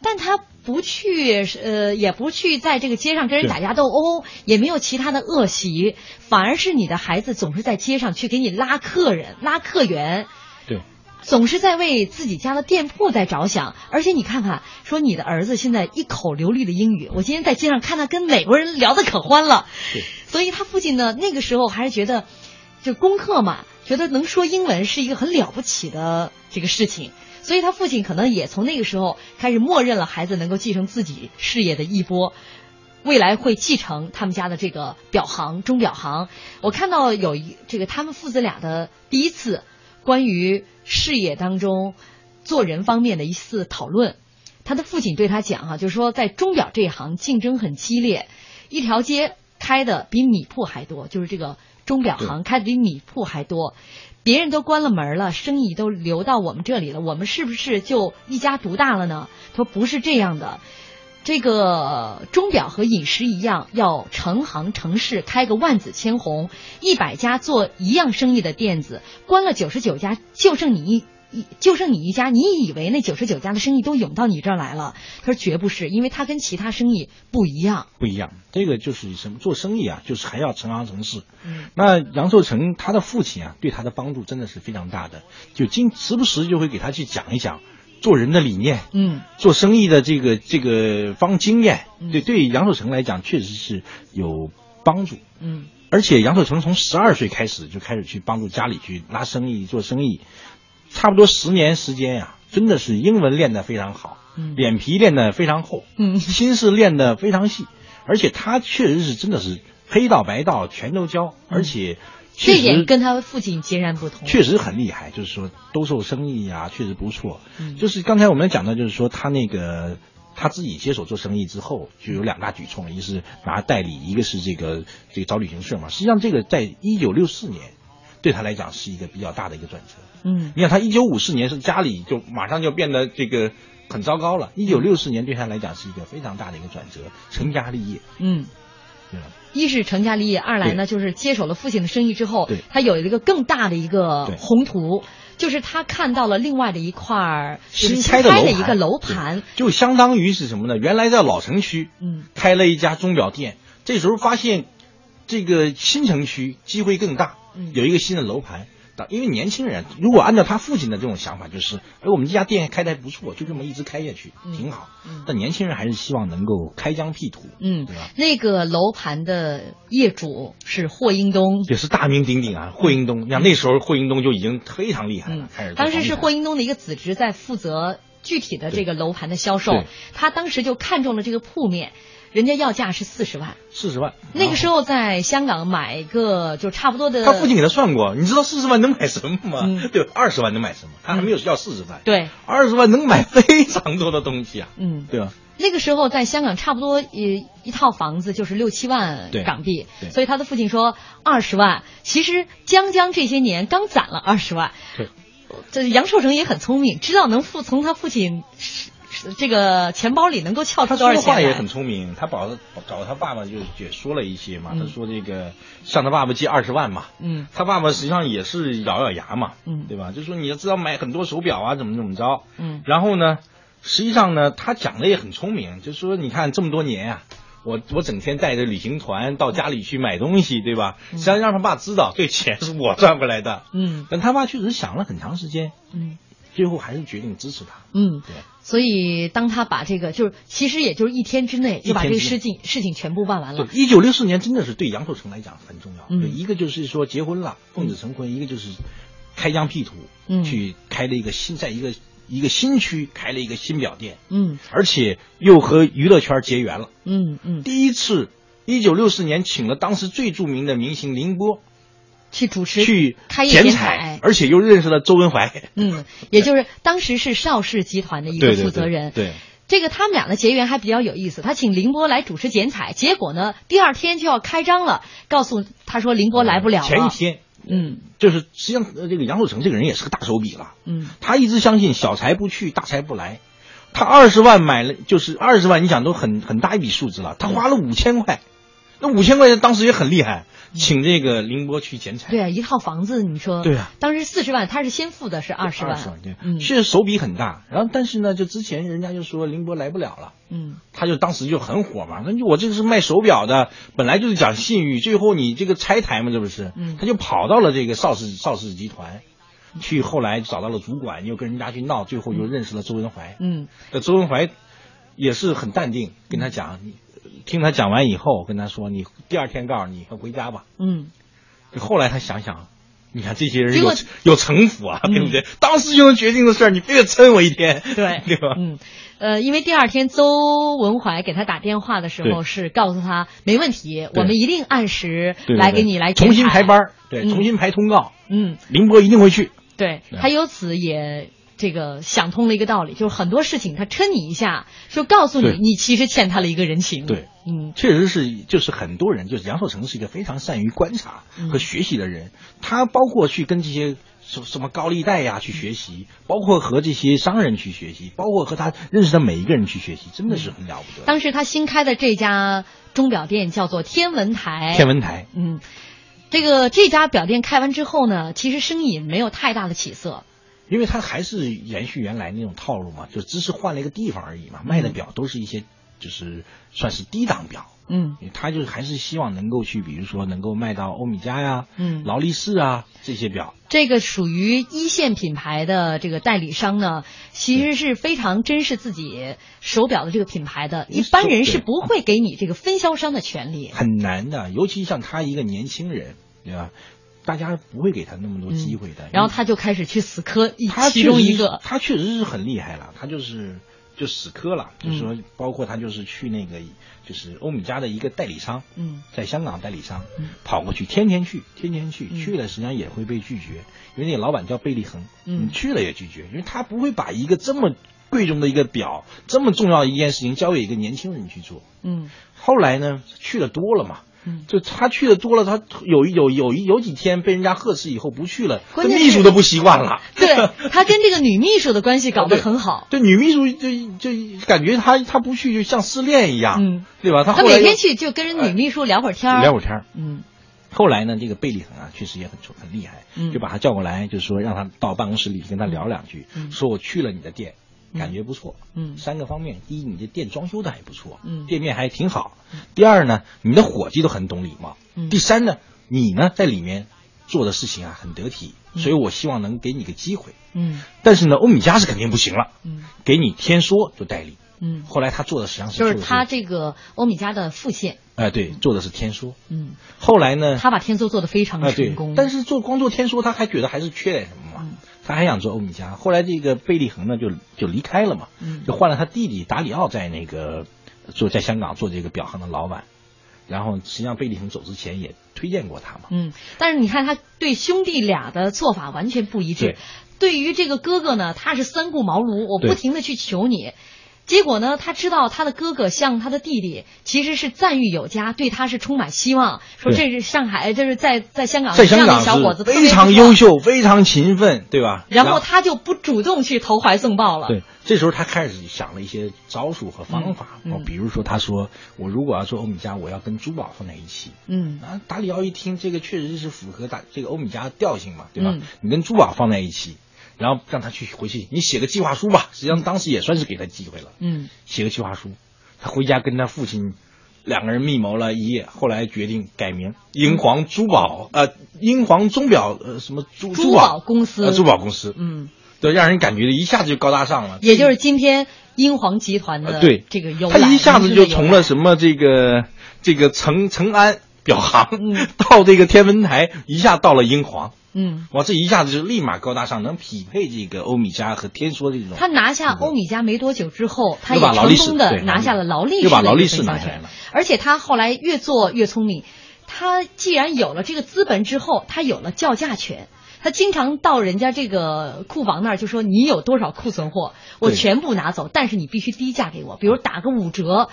但他不去呃，也不去在这个街上跟人对打架斗殴，也没有其他的恶习，反而是你的孩子总是在街上去给你拉客人、拉客源。对，总是在为自己家的店铺在着想，而且你看看，说你的儿子现在一口流利的英语，我今天在街上看他跟美国人聊得可欢了对，所以他父亲呢，那个时候还是觉得，就功课嘛，觉得能说英文是一个很了不起的这个事情，所以他父亲可能也从那个时候开始默认了孩子能够继承自己事业的衣钵。未来会继承他们家的这个表行钟表行。我看到有一这个他们父子俩的第一次关于事业当中做人方面的一次讨论。他的父亲对他讲哈、啊，就是说在钟表这一行竞争很激烈，一条街开的比米铺还多，就是这个钟表行开的比米铺还多。别人都关了门了，生意都流到我们这里了，我们是不是就一家独大了呢？他说不是这样的，这个钟表和饮食一样，要成行成市，开个万紫千红，一百家做一样生意的店子，关了九十九家，就剩你一。一就剩你一家，你以为那九十九家的生意都涌到你这儿来了？他说绝不是，因为他跟其他生意不一样。不一样，这个就是什么做生意啊，就是还要成行成市。嗯，那杨受成他的父亲啊，对他的帮助真的是非常大的，就经时不时就会给他去讲一讲做人的理念，嗯，做生意的这个这个方经验嗯，对对杨受成来讲确实是有帮助。嗯，而且杨受成从十二岁开始就开始去帮助家里去拉生意、做生意，差不多十年时间呀、真的是英文练得非常好，嗯脸皮练得非常厚，嗯心思练得非常细，而且他确实是真的是黑道白道全都教，而且确嗯这实点跟他父亲截然不同。确实很厉害，就是说兜售生意啊，确实不错。嗯就是刚才我们讲到，就是说他那个他自己接手做生意之后，就有两大举措，一是拿代理，一个是这个这个找旅行社嘛。实际上，这个在一九六四年对他来讲是一个比较大的一个转折。嗯你想，他一九五四年是家里就马上就变得这个很糟糕了，一九六四年对他来讲是一个非常大的一个转折，成家立业，嗯，对吧？一是成家立业，二来呢就是接手了父亲的生意之后对，他有一个更大的一个对宏图，就是他看到了另外的一块儿就是新新开开的一个楼盘盘，，就相当于是什么呢？原来在老城区，嗯，开了一家钟表店，这时候发现这个新城区机会更大，嗯有一个新的楼盘。当因为年轻人如果按照他父亲的这种想法，就是哎，我们这家店开的还不错，就这么一直开下去，嗯挺好。嗯但年轻人还是希望能够开疆辟土，嗯对吧？那个楼盘的业主是霍英东，也是大名鼎鼎啊，霍英东。你看那时候霍英东就已经非常厉害了，嗯开始做当房时地是产霍英东的一个子侄在负责具体的这个楼盘的销售对，他当时就看中了这个铺面，人家要价是四十万，四十万，那个时候。候在香港买一个就差不多的，哦他父亲给他算过，你知道四十万能买什么吗？嗯对吧，二十万能买什么？他还没有要四十万，对，二十万能买非常多的东西啊，嗯。对吧？那个时候在香港，差不多一一套房子就是六七万对港币，对所以他的父亲说二十万，其实将将这些年刚攒了二十万。对，这杨受成也很聪明，知道能付从他父亲这个钱包里能够撬出他多说的少钱话来。也很聪明，他保找他爸爸就也说了一些嘛，他说这个向他爸爸借二十万嘛，嗯他爸爸实际上也是咬咬牙嘛，嗯对吧？就说你要知道买很多手表啊，怎么怎么着，嗯然后呢，实际上呢，他讲的也很聪明，就说你看这么多年啊，我我整天带着旅行团到家里去买东西，对吧？实际上让他爸知道，这钱是我赚回来的。嗯但他爸确实想了很长时间，嗯最后还是决定支持他。嗯对，所以当他把这个就是其实也就是一天之内就把这个一天之事内情事情全部办完对了，，一九六四年真的是对杨受成来讲很重要。嗯对一个就是说结婚了，奉子成婚；一个就是开疆辟土，嗯去开了一个新，在一个一个新区开了一个新表店，嗯而且又和娱乐圈结缘了。嗯嗯，第一次，一九六四年请了当时最著名的明星凌波去主持去开业剪剪彩，，而且又认识了周文怀。嗯，也就是当时是邵氏集团的一个对对负责人，对对这个他们俩的结缘还比较有意思，他请凌波来主持剪彩，结果呢，第二天就要开张了，告诉他说凌波来不了了。前一，天，嗯就是实际上呃这个杨受成这个人也是个大手笔了。嗯他一直相信小财不去，大财不来。他二十万买了，就是二十万，你想都很很大一笔数字了。他花了五千块，那五千块钱当时也很厉害，请这个凌波去剪彩。对啊，一套房子你说，对啊，当时四十万，他是先付的是二十万万，，对，嗯确实手笔很大。然后，但是呢，就之前人家就说凌波来不了了，嗯他就当时就很火嘛。那就我这个是卖手表的，本来就是讲信誉，最后你这个拆台嘛，这不是？嗯他就跑到了这个邵氏邵氏集团，去后来找到了主管，又跟人家去闹，最后又认识了周文怀。嗯那呃周文怀也是很淡定，跟他讲，你听他讲完以后，跟他说，你第二天告诉你，回家吧。嗯，后来他想想，你看这些人结有果有城府啊，对不对？当时就能决定的事儿，你非得撑我一天，(laughs) 嗯对对吧？嗯，呃，因为第二天周文怀给他打电话的时候对是告诉他没问题，我们一定按时对对来对给你来剪重新排班，儿，对，嗯重新排通告，嗯，凌波一定会去。对对他由此也这个想通了一个道理，就是很多事情他抻你一下，就告诉你对你其实欠他了一个人情。对，嗯确实是，就是很多人，就是杨受成是一个非常善于观察和学习的人。他包括去跟这些什什么高利贷呀、去学习，包括和这些商人去学习，包括和他认识的每一个人去学习，真的是很了不得。当时他新开的这家钟表店叫做天文台。天文台，嗯，这个这家表店开完之后呢，其实生意没有太大的起色。因为他还是延续原来那种套路嘛，就只是换了一个地方而已嘛，嗯卖的表都是一些就是算是低档表。嗯他就是还是希望能够去，比如说能够卖到欧米茄呀、嗯劳力士啊这些表。这个属于一线品牌的这个代理商呢，其实是非常珍视自己手表的这个品牌的，一般人是不会给你这个分销商的权利。很难的，尤其像他一个年轻人，对吧？大家不会给他那么多机会的。嗯然后他就开始去死磕一他其确中实一个，他确实是很厉害了，他就是就死磕了，嗯就是说，包括他就是去那个就是欧米茄的一个代理商，嗯，在香港代理商、嗯跑过去，天天去，天天去，嗯去了实际上也会被拒绝，因为那个老板叫贝利恒，你嗯去了也拒绝，因为他不会把一个这么贵重的一个表，这么重要的一件事情交给一个年轻人去做。嗯后来呢，去的多了嘛， (laughs) 嗯，就他去的多了，他有一有有一有几天被人家呵斥以后不去了，关这键是秘书都不习惯了。对他跟这个女秘书的关系搞得很好，对女秘书就就感觉他他不去就像失恋一样，嗯，对吧？他他后来每天又哎去就跟人女秘书聊会儿天儿，聊会儿天儿。嗯后来呢，这个贝利恒啊，确实也很出很厉害，嗯就把他叫过来，就说让他到办公室里跟他聊两句，嗯说我去了你的店，嗯感觉不错。嗯三个方面：第一，你的店装修的还不错，嗯店面还挺好；第二呢，你的伙计都很懂礼貌；嗯第三呢，你呢在里面做的事情啊很得体，嗯所以我希望能给你个机会。嗯但是呢，欧米茄是肯定不行了，嗯给你天说就代理。嗯，后来他做的实际上是就是做的他，这个欧米茄的副线，哎、对，做的是天说。嗯，后来呢，他把天梭做得非常啊，成哎对功，，嗯但是做光做天说，他还觉得还是缺点什么嘛，他还想做欧米茄。后来这个贝利恒呢，就就离开了嘛，嗯就换了他弟弟达里奥在那个做在香港做这个表行的老板。然后实际上贝利恒走之前也推荐过他嘛，嗯，但是你看他对兄弟俩的做法完全不一致对。对于这个哥哥呢，他是三顾茅庐，我对不停的去求你。结果呢，他知道他的哥哥像他的弟弟，其实是赞誉有加，对他是充满希望，说对这是上海，就是在在香港在这香样的港小伙子是特别非常不错优。秀、非常勤奋，对吧？然后他就不主动去投怀送抱了。对，这时候他开始想了一些招数和方法，嗯嗯哦，比如说他说我如果要做欧米茄，我要跟珠宝放在一起，嗯啊，达里奥一听，这个确实是符合达这个欧米茄的调性嘛，对吧？嗯你跟珠宝放在一起，然后让他去回去，你写个计划书吧。实际上当时也算是给他机会了，嗯写个计划书，他回家跟他父亲两个人密谋了一夜，后来决定改名英皇珠宝，呃，英皇钟表，呃，什么珠珠宝公司呃珠宝公司，嗯，对，让人感觉一下子就高大上了。也就是今天英皇集团呃的对这个由来，他一下子就从了么？什么这个这个成成安表行、嗯 (laughs) 到这个天文台，一下到了英皇，嗯，哇，这一下子就立马高大上，能匹配这个欧米茄和天梭这种。他拿下欧米茄没多久之后，他嗯也又把劳力成士功的对拿下了劳力士，又把劳力士拿下来了，而且他后来越做越聪明，他既然有了这个资本之后，他有了叫价权。他经常到人家这个库房那儿就说：“你有多少库存货，我对全部拿走，但是你必须低价给我，比如打个五折。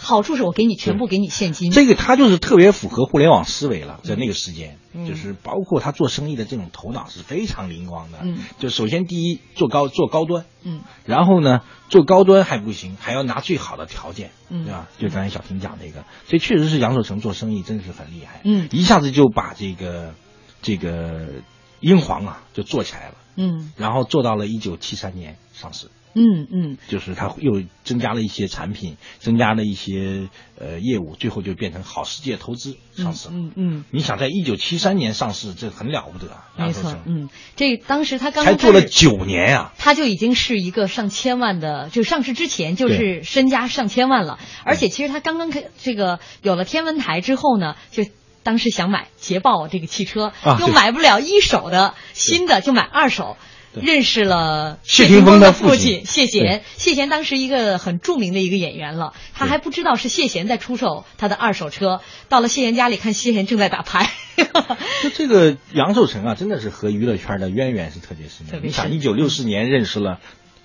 好处是我给你全部给你现金。”这个他就是特别符合互联网思维了，嗯在那个时间，就是包括他做生意的这种头脑是非常灵光的。嗯，就首先第一做高做高端，嗯，然后呢做高端还不行，还要拿最好的条件，嗯对吧？就刚才小婷讲这个，所以确实是杨守成做生意真是很厉害，嗯一下子就把这个这个英皇啊就做起来了，嗯然后做到了一九七三年上市。嗯嗯，就是它又增加了一些产品，增加了一些呃业务，最后就变成好世界投资上市。嗯嗯，你想在一九七三年上市，这很了不得啊！没杨受错成，嗯，这当时他刚才刚做了开始，九年啊，他就已经是一个上千万的，就上市之前就是身家上千万了，而且其实他刚刚开这个有了天文台之后呢，就。当时想买捷豹这个汽车，啊又对买不了一手的新的，就买二手。对认识了谢霆霆锋的的父父亲亲谢贤，谢贤当时一个很著名的一个演员了，他还不知道是谢贤在出售他的二手车，到了谢贤家里看谢贤正在打牌， (laughs) 就这个杨受成啊，真的是和娱乐圈的渊源是特别深特的。别你深想，一九六四年认识了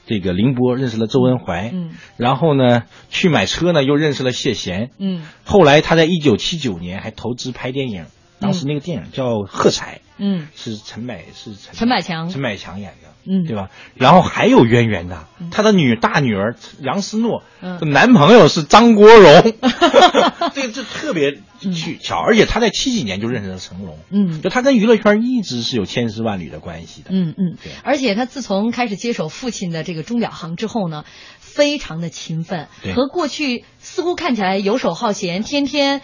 这个凌波，认识了周恩怀，嗯，然后呢去买车呢，又认识了谢贤，嗯后来他在一九七九年还投资拍电影，当时那个电影叫《喝彩》，嗯是陈百是陈陈百强陈百强演的，嗯对吧？然后还有渊源的，他的女大女儿杨思诺，嗯男朋友是张国 (laughs) 荣，这个这特别去巧，而且他在七几年就认识了成龙，嗯就他跟娱乐圈一直是有千丝万缕的关系的，嗯嗯对，而且他自从开始接手父亲的这个钟表行之后呢，非常的勤奋，对和过去似乎看起来游手好闲、天天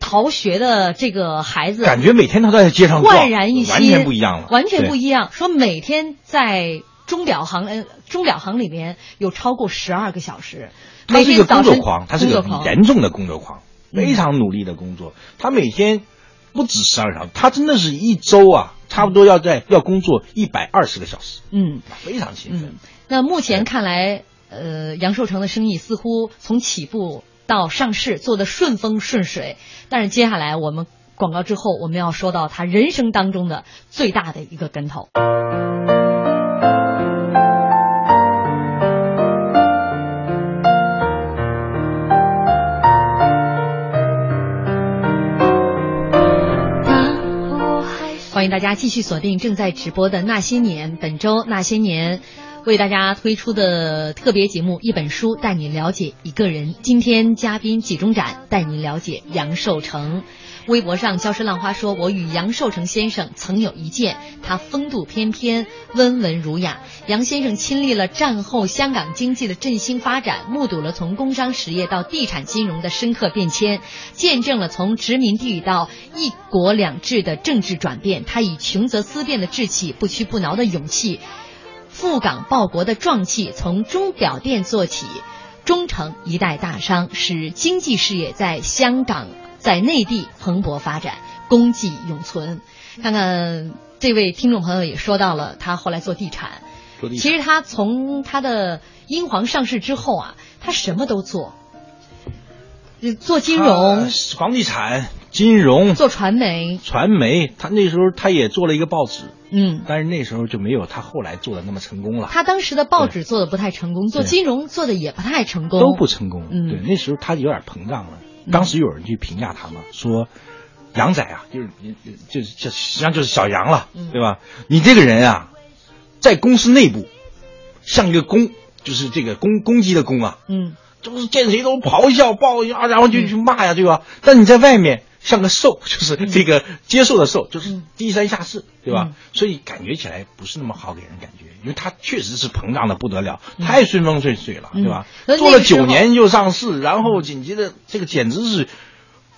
逃学的这个孩子，感觉每天他都在街上逛，焕然一新，完全不一样了，完全不一一样。说每天在钟表行，呃，钟表行里边有超过十二个小时，他每是一天个早工晨作狂，他是工个作狂严重的工作狂，嗯非常努力的工作。他每天不止十二小时，他真的是一周啊，差不多要在要工作一百二十个小时，嗯。非常勤奋嗯。，那目前看来，呃，杨受成的生意似乎从起步到上市做得顺风顺水，但是接下来我们广告之后，我们要说到他人生当中的最大的一个跟头。欢迎大家继续锁定正在直播的《那些年》，本周《那些年》为大家推出的特别节目《一本书带你了解一个人》，今天嘉宾纪中展带你了解杨受成。微博上，消失浪花说：“我与杨受成先生曾有一见，他风度翩翩，温文儒雅。杨先生亲历了战后香港经济的振兴发展，目睹了从工商实业到地产金融的深刻变迁，见证了从殖民地到一国两制的政治转变。他以穷则思变的志气，不屈不挠的勇气，赴港报国的壮气，从钟表店做起。中诚一代大商，使经济事业在香港、在内地蓬勃发展，功绩永存。看看这位听众朋友也说到了，他后来做地产，说的一其实他从他的英皇上市之后啊，他什么都做，呃做金融他、啊房地产、金融、做传媒，传媒，他那时候他也做了一个报纸，嗯，但是那时候就没有他后来做的那么成功了，他当时的报纸做的不太成功，做对金融做的也不太成功，都不成功。嗯对，那时候他有点膨胀了。当时有人去评价他嘛，嗯说杨仔啊，就是就是就实际上就是小杨了，嗯对吧？你这个人啊，在公司内部像一个公，就是这个公公鸡的公啊，嗯嗯就是见谁都咆哮、暴啊，然后就去骂呀，对吧？但你在外面像个兽， (laughs) 就是这个接受的兽，就是嗯低三下四，对吧？嗯所以感觉起来不是那么好给人感觉，因为它确实是膨胀的不得了，太顺风顺水了，嗯对吧？所以那做个了时候九年就上市，然后紧接着这个简直是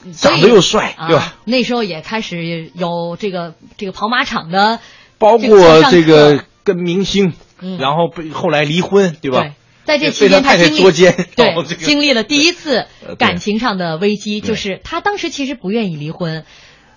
嗯所以长得又帅，对吧啊？那时候也开始有这个这个跑马场的，包这个括上这课个跟明星，嗯然后被后来离婚，对吧？对在这也期被他间，他太太经历捉奸然后对这个经历了第一次呃对感情上的危机，对就是他当时其实不愿意离婚。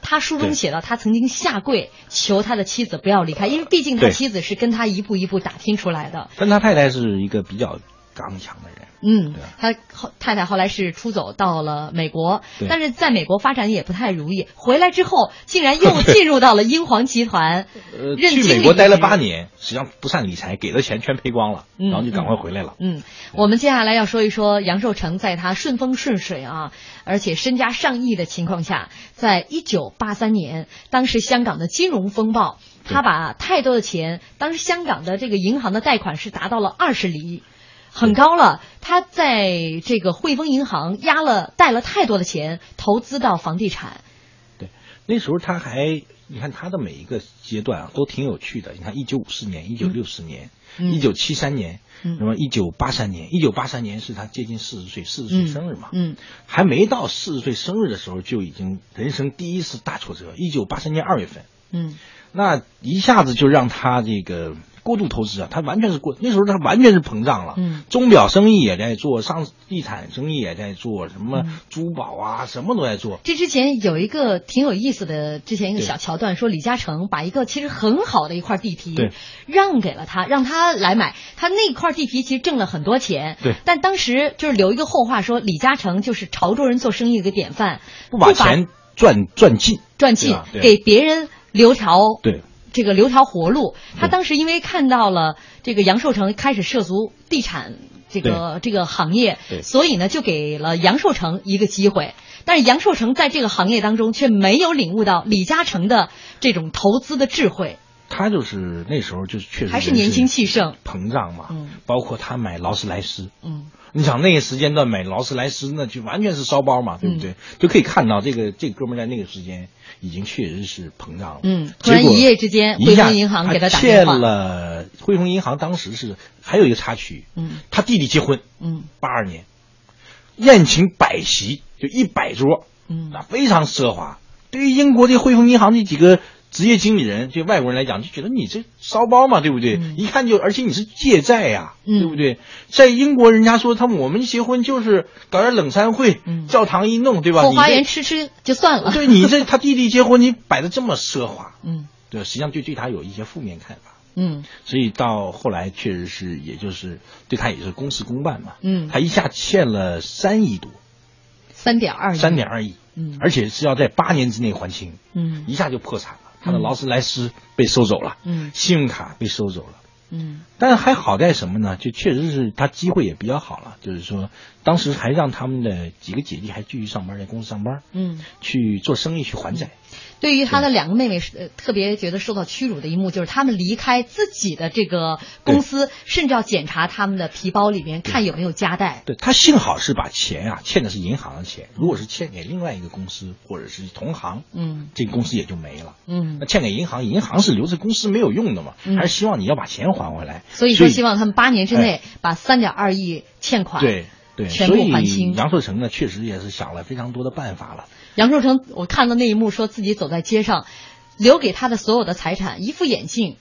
他书中对写到，他曾经下跪求他的妻子不要离开，因为毕竟他对妻子是跟他一步一步打拼出来的。但他太太是一个比较刚强的人，嗯对啊，他后太太后来是出走到了美国，对但是在美国发展也不太如意，回来之后竟然 (laughs) 又进入到了英皇集团，呃，任去经美理国待了职八年，实际上不善理财，给的钱全赔光了，嗯然后就赶快回来了。嗯，我们接下来要说一说杨受成在他顺风顺水啊，而且身家上亿的情况下，在一九八三年，当时香港的金融风暴，他把太多的钱，当时香港的这个银行的贷款是达到了二十厘。很高了，他在这个汇丰银行压了贷了太多的钱，投资到房地产。那时候他还，你看他的每一个阶段啊，都挺有趣的。你看，一九五四年、一九六四年、嗯一九七三年，嗯那么一九八三年，一九八三年是他接近四十岁，四十岁嗯生日嘛，嗯还没到四十岁生日的时候，就已经人生第一次大挫折。一九八三年二月份，嗯那一下子就让他这个过度投资啊，他完全是过那时候他完全是膨胀了，嗯钟表生意也在做，商地产生意也在做，什么嗯珠宝啊，什么都在做。这之前有一个挺有意思的，之前一个小桥段，说李嘉诚把一个其实很好的一块地皮对让给了他，让他来买。他那块地皮其实挣了很多钱，对但当时就是留一个后话说，李嘉诚就是潮州人做生意的一个典范，不不把钱赚赚尽，赚进对吧对啊给别人留条对这个留条活路。他对当时因为看到了这个杨受成开始涉足地产这个这个行业，对所以呢就给了杨受成一个机会。但是杨受成在这个行业当中却没有领悟到李嘉诚的这种投资的智慧，他就是那时候就是确实还是年轻气盛，膨胀嘛，嗯包括他买劳斯莱斯，嗯你想那个时间段买劳斯莱斯，那就完全是烧包嗯嘛，对不对？就可以看到这个这哥们儿在那个时间已经确实是膨胀了。嗯结果突然一夜之间一下汇丰银行给他打欠电话了汇丰银行当时是还有一个插曲，嗯他弟弟结婚，嗯八二年，宴请百席，就一百桌，嗯那非常奢华。对于英国这汇丰银行这几个职业经理人，这外国人来讲，就觉得你这骚包嘛，对不对？嗯一看就，而且你是借债呀、嗯对不对？在英国，人家说他们我们结婚就是搞点冷餐会，嗯教堂一弄，对吧？后你这花园吃吃就算了， (laughs) 对你这他弟弟结婚，你摆的这么奢华，嗯对，实际上就对他有一些负面看法。嗯所以到后来确实是，也就是对他也是公事公办嘛，嗯他一下欠了三亿多，三点二三点二亿，嗯而且是要在八年之内还清，嗯一下就破产了。他的嗯劳斯莱斯被收走了，嗯信用卡被收走了。嗯但是还好在什么呢？就确实是他机会也比较好了，就是说当时还让他们的几个姐弟还继续上班，在公司上班，嗯。去做生意去还债。对于他的两个妹妹是呃特别觉得受到屈辱的一幕，就是他们离开自己的这个公司，甚至要检查他们的皮包里面看有没有夹带。对他幸好是把钱啊欠的是银行的钱，如果是欠给另外一个公司或者是同行，嗯这个公司也就没了。嗯那，欠给银行，银行是留着公司没有用的嘛，嗯还是希望你要把钱还回来。所以说希望他们八年之内把三点二亿欠款。对。对，全部所还以清杨受成呢，确实也是想了非常多的办法了。杨受成，我看到那一幕，说自己走在街上，留给他的所有的财产，一副眼镜，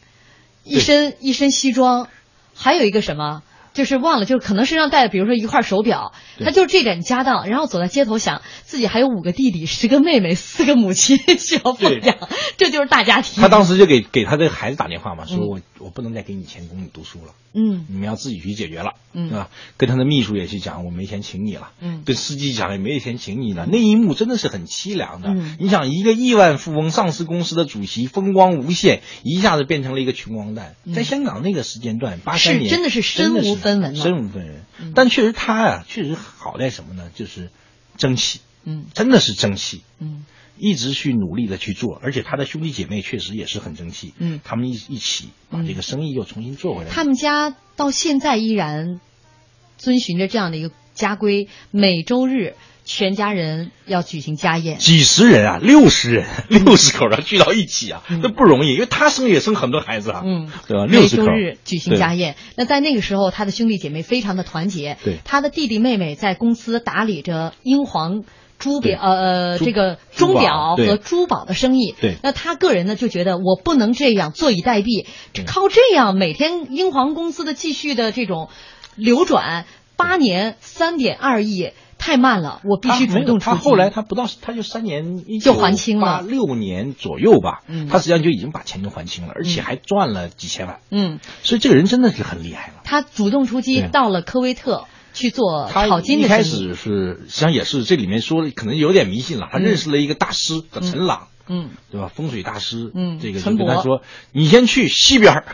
一身一身西装，还有一个什么，就是忘了，就是可能身上带的，比如说一块手表，对他就是这点家当，然后走在街头想，自己还有五个弟弟、十个妹妹、四个母亲需要奉养，这就是大家庭。他当时就给给他这个孩子打电话嘛，说嗯我我不能再给你钱供你读书了，嗯你们要自己去解决了，嗯对吧？跟他的秘书也去讲，我没钱请你了，嗯跟司机讲也没钱请你了。那一幕真的是很凄凉的。嗯你想，一个亿万富翁、上市公司的主席，风光无限，一下子变成了一个穷光蛋。嗯在香港那个时间段，八三年真的是身真的无分文了身无分文。嗯但确实他啊，确实好在什么呢？就是争气，嗯真的是争气。嗯一直去努力的去做，而且他的兄弟姐妹确实也是很争气，嗯他们一一起把这个生意又重新做回来。他们家到现在依然遵循着这样的一个家规，每周日全家人要举行家宴，几十人啊，六十 (laughs) 人，六十口人聚到一起啊，那不容易，因为他生也生很多孩子啊，嗯，对吧？每六十周口日举行家宴。那在那个时候，他的兄弟姐妹非常的团结。对他的弟弟妹妹在公司打理着英皇珠对表，呃，珠这个珠钟宝表对和珠宝的生意。对那他个人呢，就觉得我不能这样坐以待毙，只靠这样每天英皇公司的继续的这种流转，八年三点二亿太慢了，我必须他主没有动出他后击来他不到，他就三年一就还清了六年左右吧，嗯他实际上就已经把钱都还清了，而且还赚了几千万，嗯，所以这个人真的是很厉害了。他主动出击对到了科威特去做啊他淘金一的开生意。始是实际上也是这里面说了，可能有点迷信了，他嗯认识了一个大师叫陈朗。嗯，对吧？风水大师，嗯这个就陈跟他伯说，你先去西 (laughs) 边儿，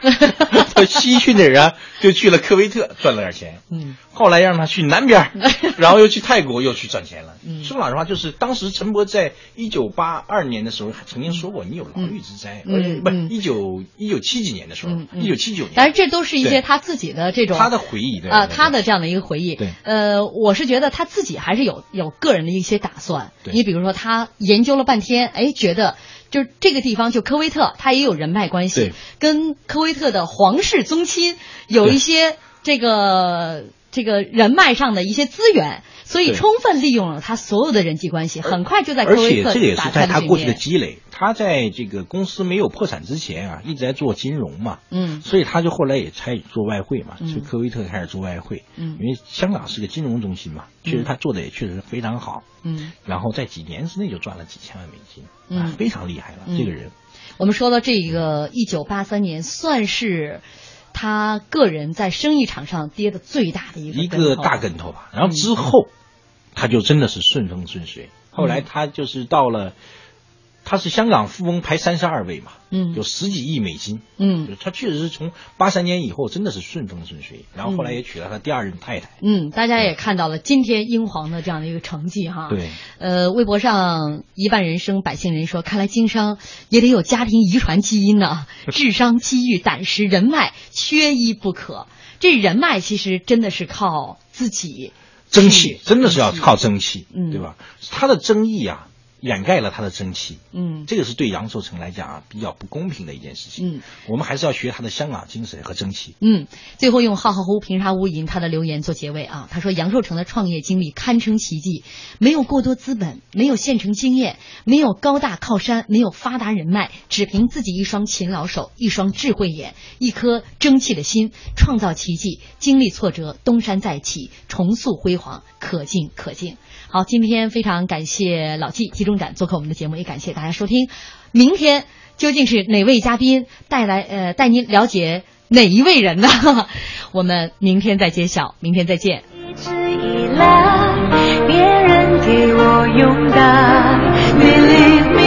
他西去哪儿啊？就去了科威特，赚了点钱。嗯，后来让他去南边儿， (laughs) 然后又去泰国，又去赚钱了。嗯说老实话，就是当时陈伯在一九八二年的时候还曾经说过，你有牢狱之灾，嗯而且不嗯一九一九七几年的时候嗯，嗯一九七九年，当然这都是一些对他自己的这种他的回忆对啊、对对他的这样的一个回忆。对呃，我是觉得他自己还是有有个人的一些打算。对你比如说，他研究了半天，哎，觉得就是这个地方，就科威特，他也有人脉关系对，跟科威特的皇室宗亲有一些这个这个人脉上的一些资源。所以对充分利用了他所有的人际关系，很快就在科而威且特这个也打是开在了他局过去的面。积累。他在这个公司没有破产之前啊，一直在做金融嘛，嗯所以他就后来也开始做外汇嘛，嗯所以科威特开始做外汇，嗯因为香港是个金融中心嘛，确实他做的也确实非常好，嗯，然后在几年之内就赚了几千万美金，嗯啊，非常厉害了，嗯这个人，我们说到这个一九八三年，算是他个人在生意场上跌的最大的一个一跟头个嗯大跟头吧。然后之后，他就真的是顺风顺水。后嗯来他就是到了，他是香港富翁排三十二位嘛，嗯有十几亿美金，嗯就他确实是从八三年以后真的是顺风顺水。然后后来也娶了他第二任太太。嗯，大家也看到了今天英皇的这样的一个成绩哈。。对，呃，微博上一半人生百姓人说，看来经商也得有家庭遗传基因呢、 (laughs) 智商、机遇、胆识、人脉缺一不可。这人脉其实真的是靠自己，争气真的是要争气靠争气，嗯对吧？他的争议啊，掩盖了他的争气。嗯这个是对杨受成来讲啊比较不公平的一件事情。嗯，我们还是要学他的香港精神和争气。嗯，最后用“浩浩乎平沙无垠”他的留言做结尾啊。他说：“杨受成的创业经历堪称奇迹，没有过多资本，没有现成经验，没有高大靠山，没有发达人脉，只凭自己一双勤劳手、一双智慧眼、一颗争气的心，创造奇迹。经历挫折，东山再起，重塑辉煌，可敬可敬。”好，今天非常感谢老纪季中展做客我们的节目，也感谢大家收听。明天究竟是哪位嘉宾带来呃带您了解哪一位人呢？ (laughs) 我们明天再揭晓，明天再见。一直以来，别人给我勇敢。Believe me。